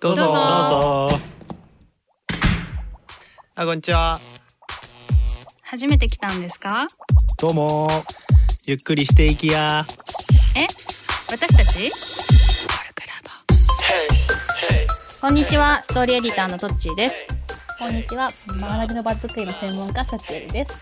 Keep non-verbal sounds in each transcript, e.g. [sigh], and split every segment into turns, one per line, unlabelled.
ど
どう
うぞ
ぞ
あこんにちは
初めて来たんですか
どうもゆっくりしていきや
え私たち
こんにちは、ストーリーエディターのトッチーです。
こんにちは。学びの場作りの専門家、サチエルです。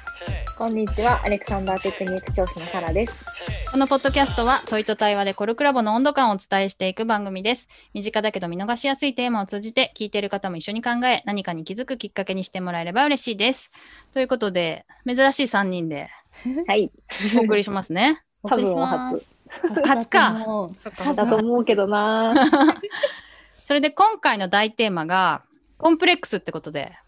こんにちは、アレクサンダーテクニック教師のサラです。
このポッドキャストは問いと対話でコルクラボの温度感をお伝えしていく番組です。身近だけど見逃しやすいテーマを通じて聞いている方も一緒に考え何かに気づくきっかけにしてもらえれば嬉しいです。ということで珍しい3人で
はい。
お送りします
[laughs]
ね。
お送りします。
初か
だと思う
だと思うけどな
それで今回の大テーマがコンプレックスってことで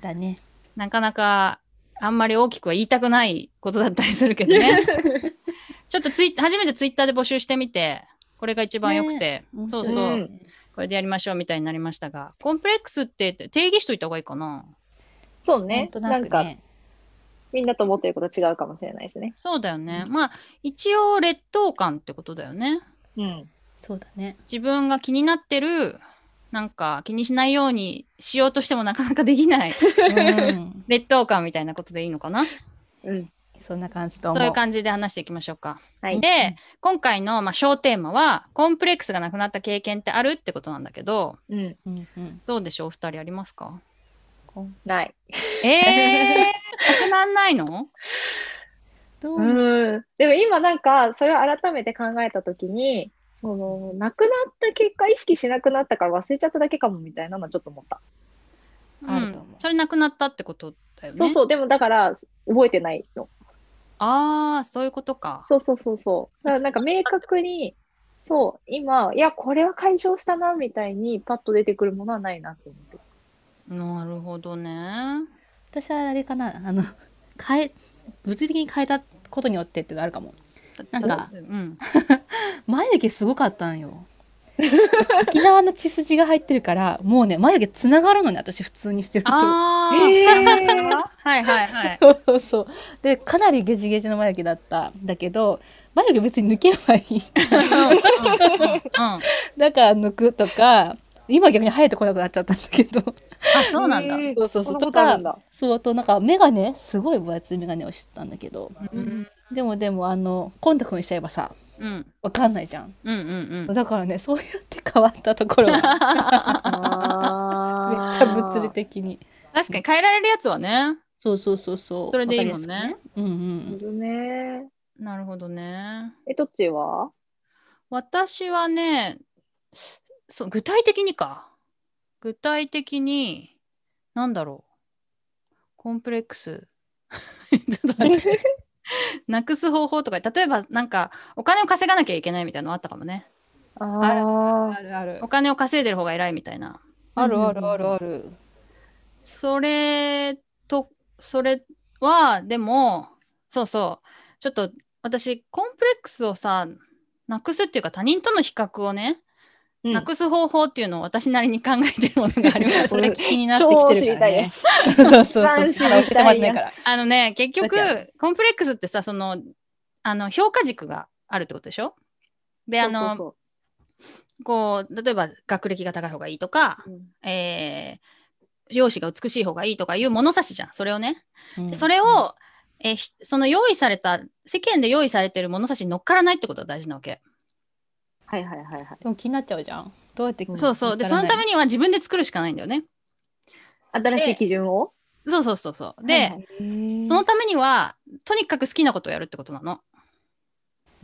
だね。
なかなかあんまり大きくは言いたくないことだったりするけどね。 [laughs] ちょっとツイ初めてツイッターで募集してみてこれが一番よくて、
面
そ
白
う
い
そう、
うん
これでやりましょうみたいになりましたがコンプレックスって定義しといた方がいいかな
そう
なん
ね。
と
な
なんく
か、
ね。
みんなと思ってること違うかもしれないしね。
そうだよね、まあ一応劣等感ってことだよね
うん。
そうだね。
自分が気になってるなんか気にしないようにしようとしてもなかなかできない
うん。
劣等感みたいなことでいいのかな
うん。
そんな感じと思。
そうういう感じで話していきましょうか。
はい
で今回の、まあ、小テーマはコンプレックスがなくなった経験ってあるってことなんだけど
うん。
うんうん。
どうでしょうお二人ありますか
ない。 [laughs]
えー、なくなんないの
どう
う
うん
ん。でも今なんか、それを改めて考えたときに、その、なくなった結果、意識しなくなったから忘れちゃっただけかもみたいなのはちょっと思った。
あると思う
うんそれなくなったってことだよね。
そうそう。でもだから、覚えてないの。
ああ、そういうことか。
そうそうそうそう。だからなんか明確に、そう、今、いや、これは解消したな、みたいに、パッと出てくるものはないなと思って。
なるほどね。
私はあれかな、あの、変え、物理的に変えたことによってっていうのあるかも。なんか
うん。
眉毛すごかったんよ。沖縄の血筋が入ってるから、もうね、眉毛つながるのね、私普通にしてると。
ああ、
えー
[laughs] はいはい
[laughs]
はい。
そうそうそうでかなりゲジゲジの眉毛だったんだけど眉毛別に抜けばい
うんう
い
んうんうんあ、
だから抜くとか今逆に生えてこなくなっちゃったんだけど
そうなんだ。
えー
そうそうそう
そ
と
んなことあ
か
るんだ
そうあとなんか眼鏡すごい分厚い眼鏡をしてたんだけど
うん
でもでもあのコンタクトにしちゃえばさ
うん
わかんないじゃん
うんうん
だからねそうやって変わったとこ
[laughs]
ろはめ
あ
っ
ー
ちゃ物理的に
確かに変えられるやつはね。
そうそうそうそう
それでいいもんね
わかりやすくねうん
なる
う
ほ
ん
どね。
なるほどね。
え、どっちは
私はね、そう具体的にか。具体的に、なんだろう。コンプレックス。 [laughs] ちょっと待って。
[laughs]
なくす方法とか、例えばなんか、お金を稼がなきゃいけないみたいなのあったかもね。
あ
あ
あ
あるある
お金を稼いでる方が偉いみたいな。
あるあるあるある
それと、それは、でも、そうそう。ちょっと私、コンプレックスをさ、なくすっていうか、他人との比較をね、
ー、
なくす方法っていうのを私なりに考えてるものがありま
こ
し
[laughs] れ
て
気になってきてるからね。そうそうそう。
一番知りたい
教えてもらってないから。
あのね結局
だって
コンプレックスってさそのあの評価軸があるってことでしょであの
そう
こう例えば学歴が高い方がいいとか、
そう
えー容姿が美しい方がいいとかいう物差しじゃんそれをね、
うん
それを、えーひその用意された世間で用意されてる物差しに乗っからないってことが大事なわけ、
はいはいはいはい。
でも気になっちゃうじゃん。どうやって
うん
そうそうでそのためには自分で作るしかないんだよね
新しい基準を
そうそうそうそうで、
はいはい
に
そのためにはとにかく好きなことをやるってことなの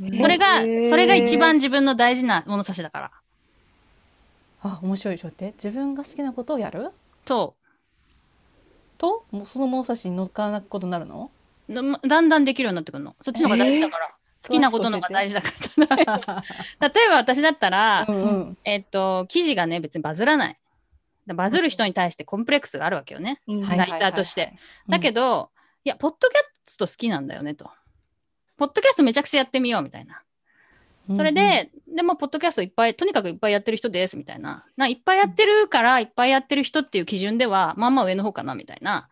え
それが、
へー
それが一番自分の大事な物差しだから。
あ面白いちょっと待って自分が好きなことをやる
そ
ともうその物差しに乗っからなくことにな
[laughs]
るの？
う。だだんだんできるようになってくるの。そっちの方が大事だから。好きなことの方が大事だから。 [laughs] 例えば私だったら、
うんうん。
えっと、記事がね、別にバズらない。だバズる人に対してコンプレックスがあるわけよね。
うん
はい
ライターとして。だけ
ど
ど、いや、ポッドキャスト好きなんだよねと。ポッドキャストめちゃくちゃやってみようみたいな。それ、で、でも、ポッドキャストいっぱい、とにかくいっぱいやってる人ですみたいな。ないっぱいやってるから、いっぱいやってる人っていう基準では、まあまあ上の方かなみたいな。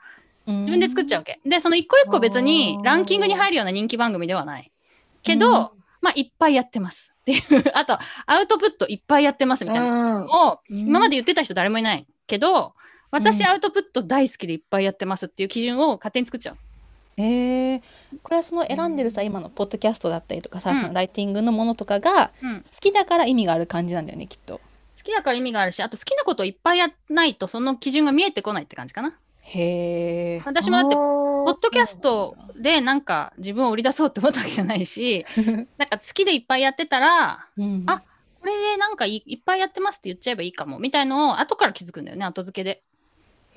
自
自
分で作っちゃうわけ。で、その一個一個別にランキングに入るような人気番組ではない。けど、まあ、いっぱいやってますっ [laughs] っていう、あと、アウトプットいっぱいやってますみたいな。
うん
を、
うん
今まで言ってた人誰もいないけど、私
うん
アウトプット大好きでいっぱいやってますっていう基準を勝手に作っちゃう。
えー、これはその選んでるさ今のポッドキャストだったりとかさ、
うん
そのライティングのものとかが
うん
好きだから意味がある感じなんだよねきっと。
好きだから意味があるし、あと好きなことをいっぱいやらないとその基準が見えてこないって感じかな。
へえ。
私もだって、ポ
あ
ッドキャストでなんか自分を売り出そうって思ったわけじゃない
[laughs]
し、なんか好きでいっぱいやってたら、
うん、
あこれでなんかいいっぱいやってますって言っちゃえばいいかもみたいのを後から気づくんだよね、後付けで。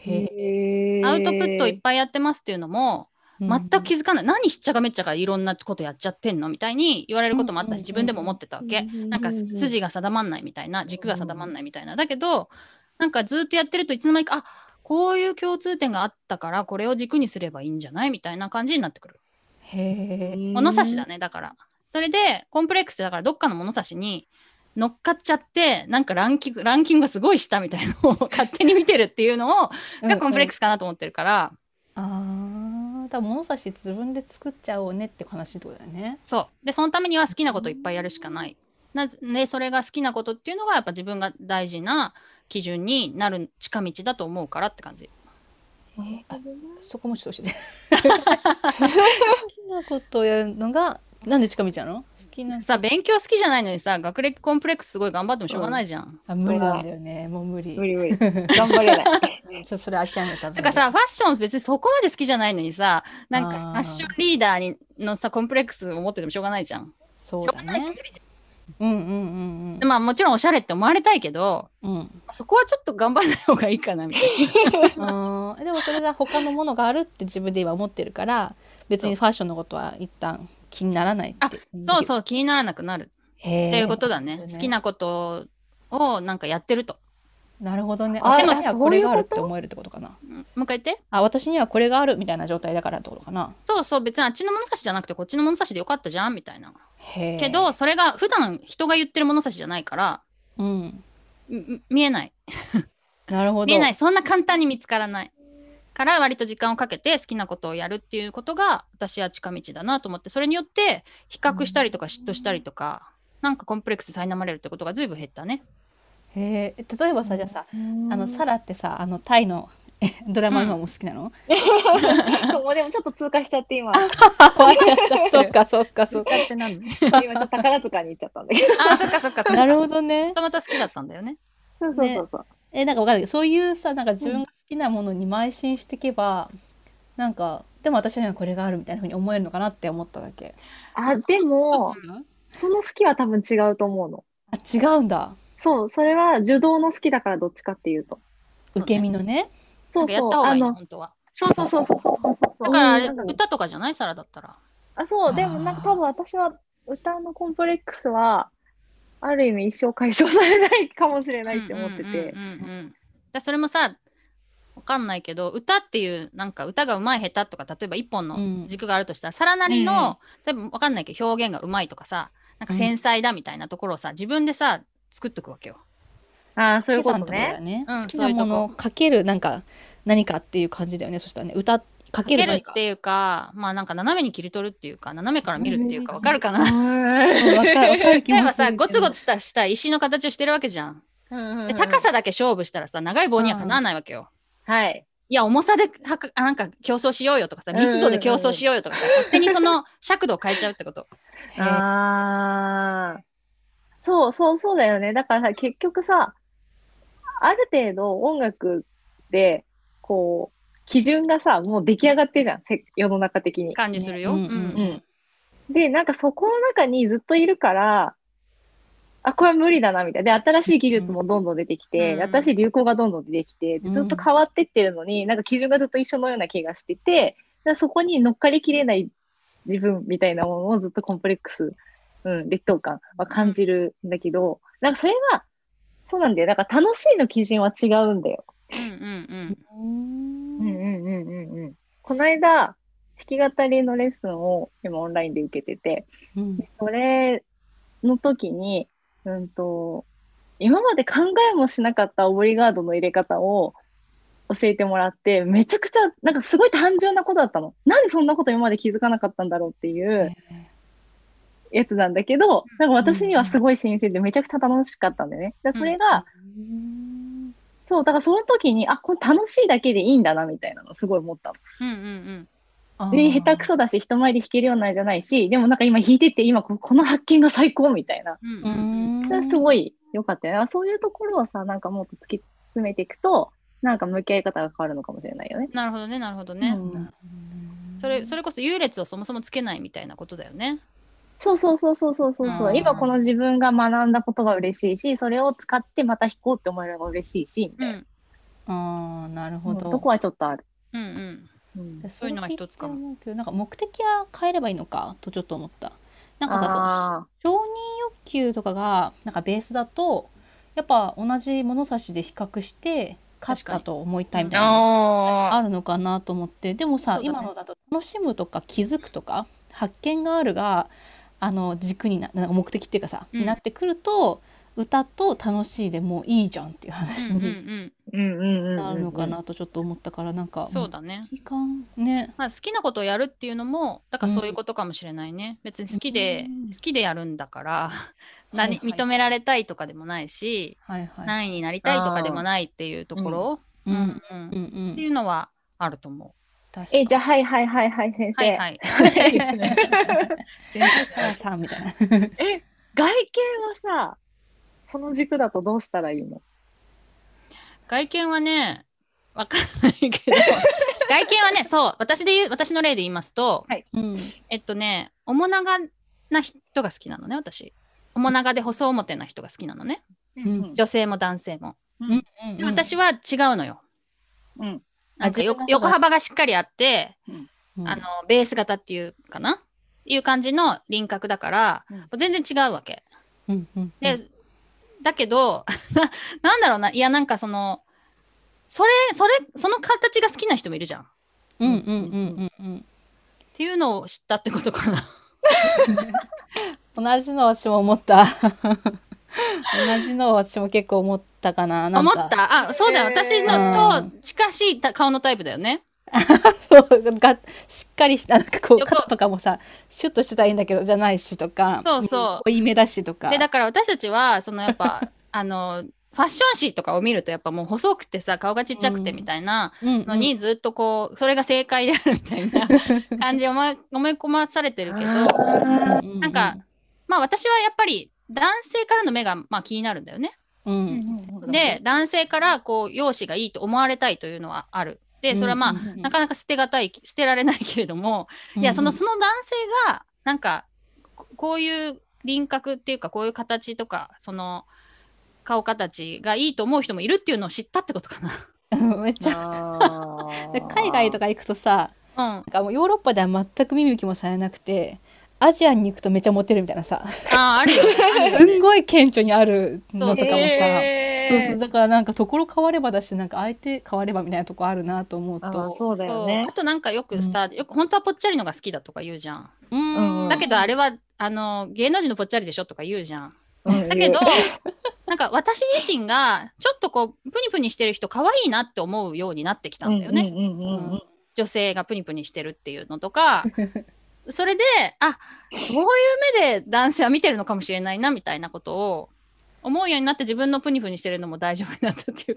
ー
へ
へー
アウトプットいっぱいやってますっていうのも、全く気づかない、何しっちゃかめっちゃかいろんなことやっちゃってんのみたいに言われることもあったし、
うんうんうん
自分でも思ってたわけ、
うんうんうん
なんか筋が定まんないみたいな軸が定まんないみたいな、だけどなんかずっとやってるといつの間にかあこういう共通点があったからこれを軸にすればいいんじゃないみたいな感じになってくる
へえ。
物差しだねだからそれでコンプレックスだからどっかの物差しに乗っかっちゃってなんかランキングランキングがすごい下みたいなのを勝手に見てるっていうのをがコンプレック
ス。
スかなと思ってるから、
ああ、だから物差し自分で作っちゃおうねって話ってことだよね。
そう。で、そのためには好きなこといっぱいやるしかない。なぜで、それが好きなことっていうのが、やっぱ自分が大事な基準になる近道だと思うからって感じ。
えーあそこもちょ
[laughs]
っと教えて。好きなことをやるのがなんで近道なの？好きな
さ、勉強好きじゃないのにさ、学歴コンプレックスすごい頑張ってもしょうがないじゃん。
あ無理なんだよね。もう無理。
無理無理。頑張
[laughs]
れない。
ちょそれ諦めた。
だからさ、ファッション別にそこまで好きじゃないのにさ、なんかフ
あー
ァッションリーダーにのさ、コンプレックスを持っててもしょうがないじゃん。
そう
しょう
だ
が
ね
ないし、。無理じ
うんうんうん
ゃんまあもちろんおしゃれって思われたいけど、
うん。うん。
そこはちょっと頑張らない方がいいかなみたいな。
あーでもそれが他のものがあるって自分で今思ってるから、別にファッションのことは一旦気にならないって。
そうそう、気にならなくなる。
へー。
ということだね
なるほ。ど
好き。なことをなんかやってると。
なるほどね。
あ
私に
で
は
も
これがあるっ
そういうこ
て
と
思えるってことかな。
んもう一回言って。
あ、私にはこれがあるみたいな状態だからってことかな。
そうそう、別にあっちの物差しじゃなくてこっちの物差しでよかったじゃんみたいな。
へー
け、ど、それが普段人が言ってる物差しじゃないから、
うん。
んん見えない。
なるほど。
見えない。そんな簡単に見つからない。から割と時間をかけて好きなことをやるっていうことが私は近道だなと思ってそれによって比較したりとか嫉妬したりとかなんかコンプレックス苛まれるってことがずいぶん減ったね。
へー例えばさ、じゃあさ、あ
あ
のサラってさ、あのタイのドラマの方も好きな [laughs] の？
[laughs] もうでもちょっと通過しちゃって今、
あ、終わっちゃった。そっかそっかそっか。
ってなんで
今ちょっと宝塚に行っちゃったんだけど。
あそっかそっかそっか。
なるほ
も
どね。
ともと好きだったんだよね。
そうそうそうそう。
えなんかわかるそういうさなんか自分が好きなものに邁進していけば、なんかでも私にはこれがあるみたいなふうに思えるのかなって思っただけ
あ、でも、その好きは多分違うと思うの。
あ違うんだ
そう、それは受動の好きだからどっちかっていうと。
受け身のね
なん
そう
かや
そ
っ
う、
た方が
あ
いいの
の、
本当は。
そうそうそうそうそうそうそう。
だからあれ
うんなん
歌とかじゃないサラだったら。
あ、そう、でもなんか多分私は歌のコンプレックスは、ある意味一生解消されないかもしれないって思ってて
う。んうんうんうんうんだそれもさわかんないけど歌っていうなんか歌が上手い下手とか例えば一本
うん
の軸があるとしたらさら、なりの、多分わかんないけど表現が上手いとかさなんか繊細だみたいなところをさ自分でさ作っとくわけよ。
ああ、そういうこ
計
と
算って
ね。
ね
うん
好きなものをかけるなんか何かっていう感じだよねそしたらね歌か
か
け
け
る
る
何
っ
か
ていうかまあなんか斜めに切り取るっていうか斜めから見るっていうか
うん
わかるか
う
な。
うんわかるわかる気
例え
も
ば
する
さ
けど
ゴツゴツしたした石の形をしてるわけじゃん。
ん
で高。さだけ勝負したらさ長い棒にはかなわないわけよ。
はい。
いや、重さではか、あなんか競争しようよとかさ、
うんうんうんうん
密度で競争しようよとかさ、勝手にその尺度を変えちゃうってこと。
へー
ああ。そうそうそうだよね。だからさ、結局さ、ある程度音楽で、こう、基準がさ、もう出来上がってるじゃん、せ世の中的に。
感じするよ。
ね
うん
うんうん
で、なんかそこの中にずっといるから、あ、これは無理だな、みたいな。で、新しい技術もどんどん出てきて、
うん
新しい流行がどんどん出てきて、で
うん
ずっと変わってってるのに、なんか基準がずっと一緒のような気がしてて、でそこに乗っかりきれない自分みたいなものをずっとコンプレックス、うん、劣等感は感じるんだけど、なんかそれが、そうなんだよ。なんか楽しいの基準は違うんだよ。
うんうん
うんうんうんうんうん。この間、弾き語りのレッスンを今オンラインで受けてて、
うん
それの時に、うんと、今まで考えもしなかったオブリガードの入れ方を教えてもらって、めちゃくちゃ、なんかすごい単純なことだったの。なんでそんなこと今まで気づかなかったんだろうっていう、やつなんだけど、なんか私にはすごい新鮮でめちゃくちゃ楽しかったんだよね。でそれが、
うん
そう、だからその時に、あ、これ楽しいだけでいいんだなみたいなのすごい思ったの。
うんうん
で、下手くそだし、人前で弾けるようなんじゃないし、でもなんか今弾いてて、今ここの発見が最高みたいな。
うん。う
う
んうんうん。
ん
それはすごい良かったよね。そういうところをさ、なんかもっと突き詰めていくと、なんか向き合い方が変わるのかもしれないよね。
なるほどね、なるほどね。
うん
それ、それこそ優劣をそもそもつけないみたいなことだよね。
そうそうそうそうそうそうそうう。
ん
今この自分が学んだことが嬉しいし、それを使ってまた弾こうって思えるのが嬉しいし、み
う。
たいなん
ああなる
う
ほ
ん
ど
とこはちょっとある。
うんうん。
うん
で
そういうのが一つかも
それ聞いて思うけどなんか目的は変えればいいのかとちょっと思ったなんかさその
あ
承認欲求とかがなんかベースだとやっぱ同じ物差しで比較して勝ったと思いたいみ
ー
たいな
あ
あるのかなと思ってでも
そ
さ、
うだね
今のだと楽しむとか気づくとか発見があるがあの軸にななんか目的っていうかさ、
うん
になってくると歌と楽しいでもういいじゃんっていう
う
話
んうんう
に
ん。
ー。うんうんうん。
なるのかなとちょっと思ったからなんか
そうだね。
いかんね
まあ、好きなことをやるっていうのもだからそういうことかもしれないね、別に好きで、
うん
好きでやるんだから何、
はいはい
認められたいとかでもないし、
はいはい。
何位になりたいとかでもないっていうところ、
うん
うんうん
うんう
って
ん、
いうのはあると思
確か
え、
に
じゃあ、はいはいはいはい、先
う。
生。
はいはい。 [laughs] 全然
さあさあみたいな。
え、外見はさ、その軸だとどうしたらいいの
外見はねわかんないけど外見はねそう私で言う私の例で言いますと
うん、
えっとね面長な人が好きなのね私。面長で細表な人が好きなのね
ん
女性も男性も。で私は違うのよ。
うん。
なんかよ
あ自分がそうだ
横幅がしっかりあって、
うん
あのベース型っていうかないう感じの輪郭だから、
うん
もう全然違うわけ。
うんうん
で、だけど [laughs] ななんだろうないやなんかそのそれそれその形が好きな人もいるじゃんっ
うんうんうんうんうん
ていうのを知ったってことかな。
同じの私も思った。 [laughs] 同じの私も結構思ったか [laughs] な。なん
思
か
ったあそうだよ
へー
私のと近しいた顔のタイプだよね。
そうがしっかりしたなんかこう
横
肩とかもさシュッとしてたらいいんだけどじゃないしとか
そうそう
濃いめだしとか
でだから私たちはそのやっぱ [laughs] あのファッション誌とかを見るとやっぱもう細くてさ顔がちっちゃくてみたいな。
うんうん
のにずっとこうそれが正解であるみたい
[laughs]
な感じを思い思い込まされてるけど
うう
なんかまあ私はやっぱり男性からの目がまあ気になるんだよね。
うん
で男性からこう容姿がいいと思われたいというのはある。でそれはまあ、なかなか捨てがたい捨てられないけれども、いやそのその男性がなんかここういう輪郭っていうかこういう形とかその顔形がいいと思う人もいるっていうのを知ったってことか
[laughs]
うんめっちゃ [laughs] で海外と
か。
か行くとさ
な。うん
なん、かもうヨーロッパでは全く見向きもされなくてアジアに行くとめっちゃモテるみたいなさ
ああある
[laughs]
よね。あるよ
す
ね
んごい顕著にあるのとかもさ、
へー
そうそうだからなんかところ変わればだしなんか相手変わればみたいなとこあるなと思う
あー
と
そうだよ
そう
ね
あ。となんかよくさ、よく本当はぽっちゃりのが好きだとか言うじゃん。
う
うん
だけどあれはあの芸能人のぽっちゃりでしょとか言うじゃん。
うん
だけどなんか私自身がちょっとこうプニプニしてる人可愛いなって思うようになってきたんだよね。
うんうんうんうん
女性がプニプニしてるっていうのと [laughs] かそれであそういう目で男性は見てるのかもしれないなみたいなことを思うようになって自分のプニプニしてるのも大丈夫になった [laughs] ってい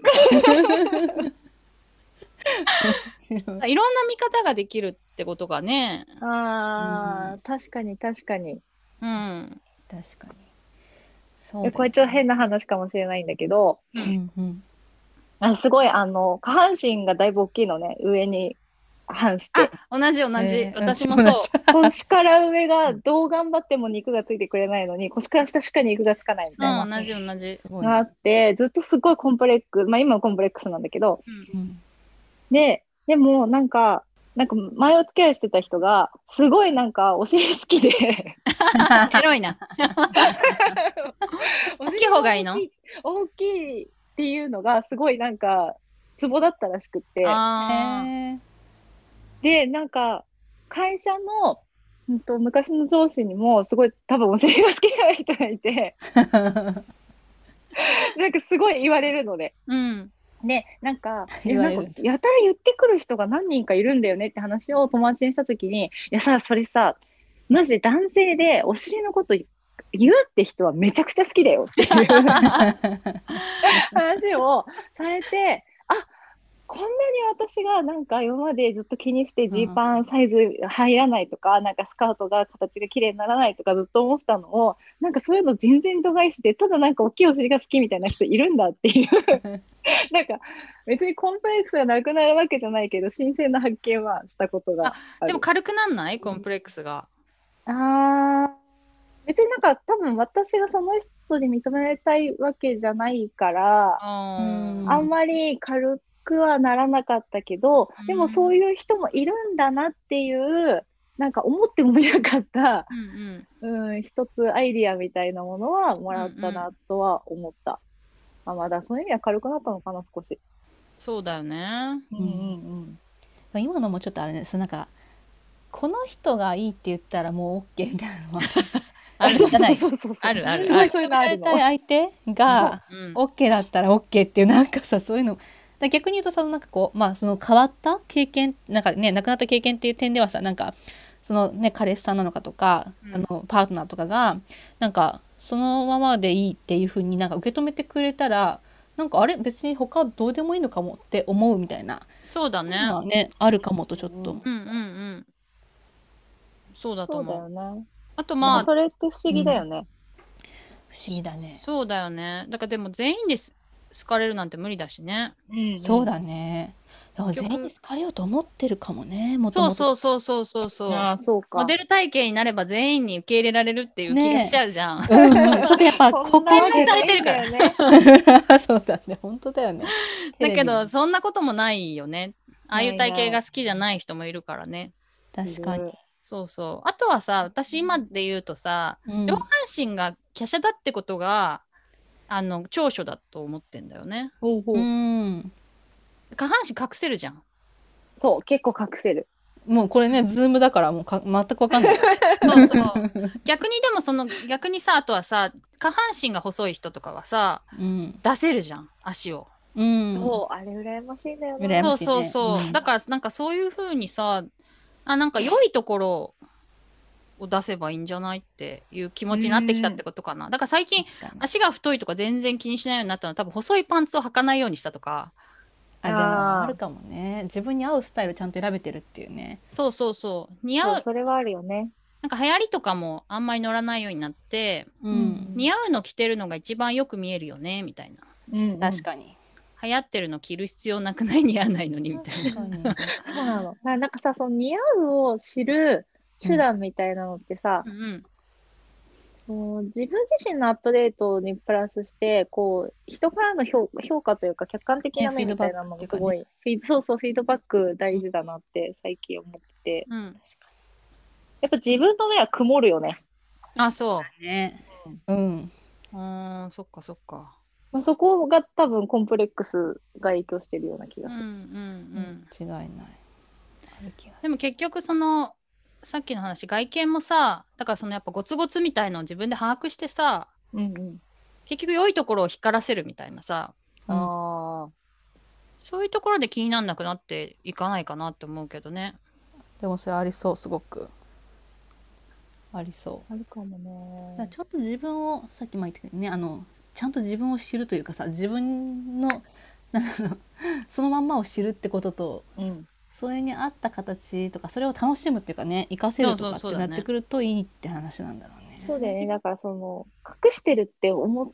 うかいろんな見方ができるってことがね。
うん。ああ、確かに確かに。
うん、
確かにそう
え
だよ
これちょっと変な話かもしれないんだけど、
うんうん
あすごい、あの、下半身がだいぶ大きいのね、上に反して。
あ同じ同じ、
えー
私も
うん
そう
腰から上がどう頑張っても肉がついてくれないのに、腰から下しか肉がつかないみたいな
うん、。同じ同じ。
すごい
があ
な
って、ずっとすごいコンプレックス、まあ今はコンプレックスなんだけど、
うん
で、でもなんか、なんか前お付き合いしてた人が、すごいなんかお尻好きで、
エロいな。
大
きい方がいいの
大きいっていうのが、すごいなんか、ツボだったらしくって、
あ
へ
で、なんか、会社の、うんと昔の上司にも、すごい多分お尻が好きな人がい
[laughs]
て、
ー [laughs]
なんかすごい言われるので、
ーうん。
で、な
[laughs]
んか、
言われる
なんかやたら言ってくる人が何人かいるんだよねって話を友達にしたときに、いやさ、それさ、マジで男性でお尻のこと言うって人はめちゃくちゃ好きだよっていう話をされて、あこんなに私がなんか今までずっと気にしてジーパンサイズ入らないとか、なんかスカートが形が綺麗にならないとかずっと思ってたのを、なんかそういうの全然度外視で、ただなんか大きいお尻が好きみたいな人いるんだっていう。なんか別にコンプレックスがなくなるわけじゃないけど、新鮮な発見はしたことがある
でも軽くなんないコンプレックスが。
ああ、別になんか多分私がその人に認められたいわけじゃないから、
うん
うん
あんまり軽くはならなかったけど、で
う
も
ん
そういう人もいるんだなっていう、なんか思ってもみなかった、 [laughs]
うんうん
うん、一つアイディアみたいなものはもらったなとは思った。あまあだからそういう意味は軽くなったのかな、少し。
そうだよね。
うんん
まあ今のもちょっとあれですなんかこの人がいいって言ったらも [laughs] う OK みたいなのは
あ
るじゃな
[laughs]
い
そうそうそうそう
あるある
すご
あ
い
る
そういうのあ
や
る
り
の。
たい相手が
うん、
OK だったら OK っていうなんかさそういうのだから逆に言うとそのなんかこうまあその変わった経験なんかね亡くなった経験っていう点ではさなんかそのね彼氏さんなのかとか、
うん
あのパートナーとかがなんかそのままでいいっていう風になんか受け止めてくれたらなんかあれ別に他どうでもいいのかもって思うみたいな、
そうだね。
まあねあるかもとちょっと、
うん
うんうんうん。そうだと
そうだ
思う。
よね。
あと
ま
ま
あ、
あ、
それって不思議だよね。
不思議だね。
そうだよね。だからでも全員です好かれるなんて無理だしね。
そうだね。でも全員に好かれようと思ってるかもね。もと
そう
もと
そうそうそうそうそう。
ああ、そうか。
モデル体型になれば全員に受け入れられるっていう気がしちゃうじゃん。
うんうん、ちょっと
[laughs]
やっぱここ
んなわ
こ
け
さ
な
れ
い
てるから
んだよね
[laughs] そうだね。本当だよね。
だけ
テレ
ど
ビ
そんなこともないよね。ああいう
ない
体
ない
型が好きじゃない人もいるからね。
確かに。
そうそう。あとはさ私今で言うとさ
うん
上半身が華奢だってことがあの長所だと思ってんだよね。
ほうほう
うん。
下半身隠せるじゃ
[laughs]
ん。
そう、結構隠せる。
もうこれね、ズームだからもうか全くわかんない。
そうそう逆にでもその逆にさあとはさ下半身が細い人とかはさ
うん。
出せるじゃん足を。
うん。
そう、あれ羨ましいんだよね。
羨ま
そう
しいね
そうそう、
うん
だからなんかそういう風にさあなんか良いところを出せばいいんじゃないっていう気持ちになってきたってことかな、だから最近
確かに
足が太いとか全然気にしないようになったのは多分細いパンツを履かないようにしたとか
あ、でも
あー
あるかもね。自分に合うスタイルちゃんと選べてるっていうね。
そうそうそう似
そ
合
う
う
それはあるよね。
なんか流行りとかもあんまり乗らないようになって、
うん。
似合うの着てるのが一番よく見えるよねみたいな
うん
確かに。
流行ってるの着る必要なくない似合わないのにみたいな。
に。そうなの。だからなんかさ、その似合うを知る手段みたいなのってさ
[laughs] う、んうん
もう自分自身のアップデートにプラスして、こう、人からの評評価というか、客観的な
ね
目みたいなのも
フィー
す
ドバックっ
ご
ていうかね
い、フィーそうそう、フィードバック大事だなって最近思ってて、
うん、
やっぱ自分の目は曇るよね。
あそ
ね。うん。
ううーんそっかそっか
まあ、そこが多分コンプレックスが影響してるような気
う
が
ん
す
うんうん
る。
違いない。ある気が
でも結局そのさっきの話外見もさだからそのやっぱゴツゴツみたいのを自分で把握してさ
うんうん。
結局良いところを光らせるみたいなさ
ああ。
そういうところで気になんなくなっていかないかなって思うけどね
でもそれありそう、すごく。ありそう。
あるかも
だ
ね。
からちょっと自分をさっきも言ったけどねあのちゃんと自分を知るというかさ自分の [laughs] なんだろうそのまんまを知るってことと
うん。
それに合った形とかそれを楽しむっていうかね活かせると
そ
かっ
うそうそう
て
だね
なってくるといいって話なんだろうね。
そうだよね。だからその、隠してるって思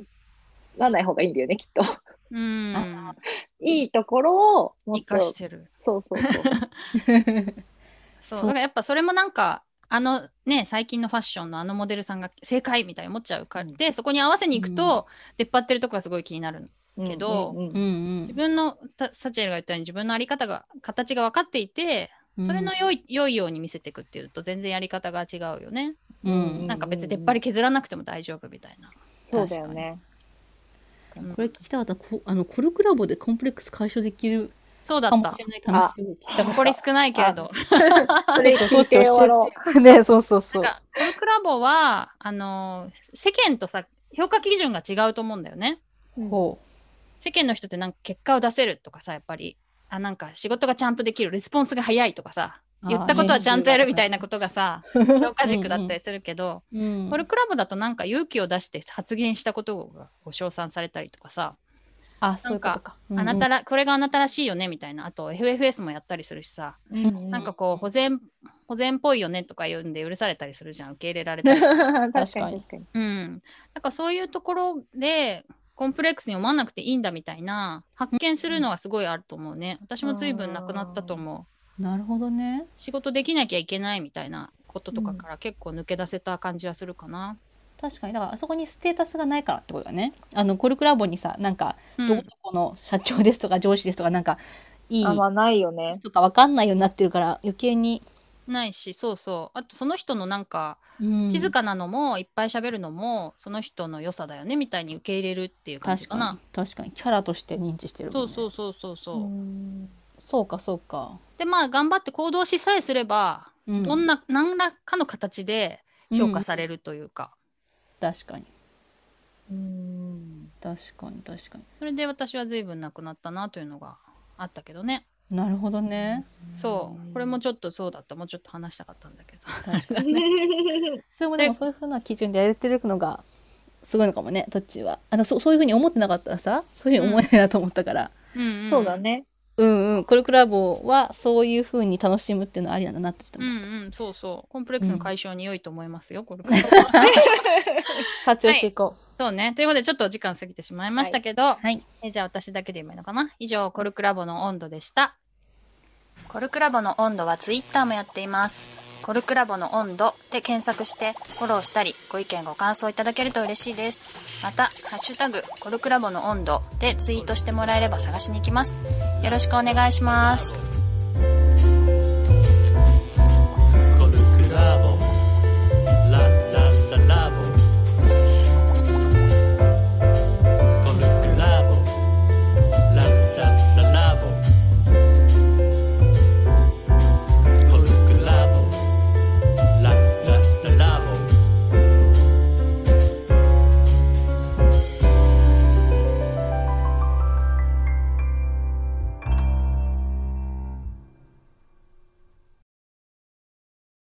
わない方がいいんだよね、き
[laughs]
っと。
うーん
あ
いいところをもっ
生
と。
か
そう
してる
そうそう。
[laughs] そう
そう
だからやっぱそれもなんかあのね最近のファッションのあのモデルさんが正解みたいに思っちゃうから、
うん
でそこに合わせに行くと、出っ張ってるとこがすごい気になるけど
うんうんう
うんん
自分のたサチエルが言ったように自分のあり方が形が分かっていて
うん、
それの良い,、良いように見せていくっていうと全然やり方が違うよね、
う
うん
ん、
なんか別に出っ張り削らなくても大丈夫みたいな
そうだよね。
うん
これ聞きたかったこあのコルクラボでコンプレックス解消できる
そうだ
か
っ
も
た
しれない話を聞きたかっ
残り少ないけれど
それ
た。
聞いて終わろう。
う。 [laughs] ねそうそうそ
なん
う。
かこのクラボはあのー世間とさ評価基準が違うと思うんだよね
ほ
世間の人ってなんか結果を出せるとかさやっぱりあなんか仕事がちゃんとできるレスポンスが早いとかさ言ったことはちゃんとやるみたいなことが
[laughs]
さ評価軸だったり
り。
するけど
うん
ホールクラブだとなんか勇気を出して発言したことがこう称賛されたりとかさ、
あ、そういうことか。
あなたらこれがあなたらしいよねみたいなあと FFS もやったりするしさ、[laughs]
な
なんかこう保全保全っぽいよねとか言うんで許されたりするじゃん受け入れられたり
確かに確かに。
うん、なんかそういうところでコンプレックスに思わなくていいんだみたいな発見するのはすごいあると思うね。私も随分なくなったと思う。
うんなるほどね。
仕事できなきゃいけないみたいなこととかから結構抜け出せた感じはするかな。
確かにだからあそこにステータスがないからってことだね。あのコルクラボにさなんか
うん
どこどこの社長ですとか上司ですとかなんかいい
あんまないよね。
とかわかんないようになってるから余計に、
ないしそうそうあとその人のなんか
うん
静かなのもいっぱい喋るのもその人の良さだよねみたいに受け入れるっていう感じ
確
か
か
な
に。確かにキャラとして認知してる
そう
もんね、
そうそうそうそう。
うんそうかそうか。
でまあ頑張って行動しさえすれば、
うん
どんな何らかの形で評価されるというか。
確かに
[laughs]
うん
確かに確かに。
それで私は随分なくなったなというのがあったけどね。
なるほどね。
そう。これもちょっとそうだった。もうちょっと話したかったんだけど。 [laughs]
確かに。それもでもそういうふうな基準でやれてるのがすごいのかもね、どっちは。あのそそういうふうに思ってなかったらさ、そういうふうに思えないなと思ったから。
うん、
[laughs] そうだ。ね。
うんうん、コルクラボはそういうふうに楽しむっていうのはありなんだなってちょっと
う
思った、
んうん、そうそう。コンプレックスの解消に良いと思いますよ、こ [laughs] れ
活用していこ
そうね。ということで、ちょっとお時間過ぎてしまいましたけど、
う。はい。
えじゃあ私だけで今いいのかな以上、コルクラボの温度でした。コルクラボの温度はツイッターもやっています。コルクラボの温度で検索してフォローしたりご意見ご感想いただけると嬉しいです。また、ハッシュタグコルクラボの温度でツイートしてもらえれば探しに行きます。よろしくお願いします。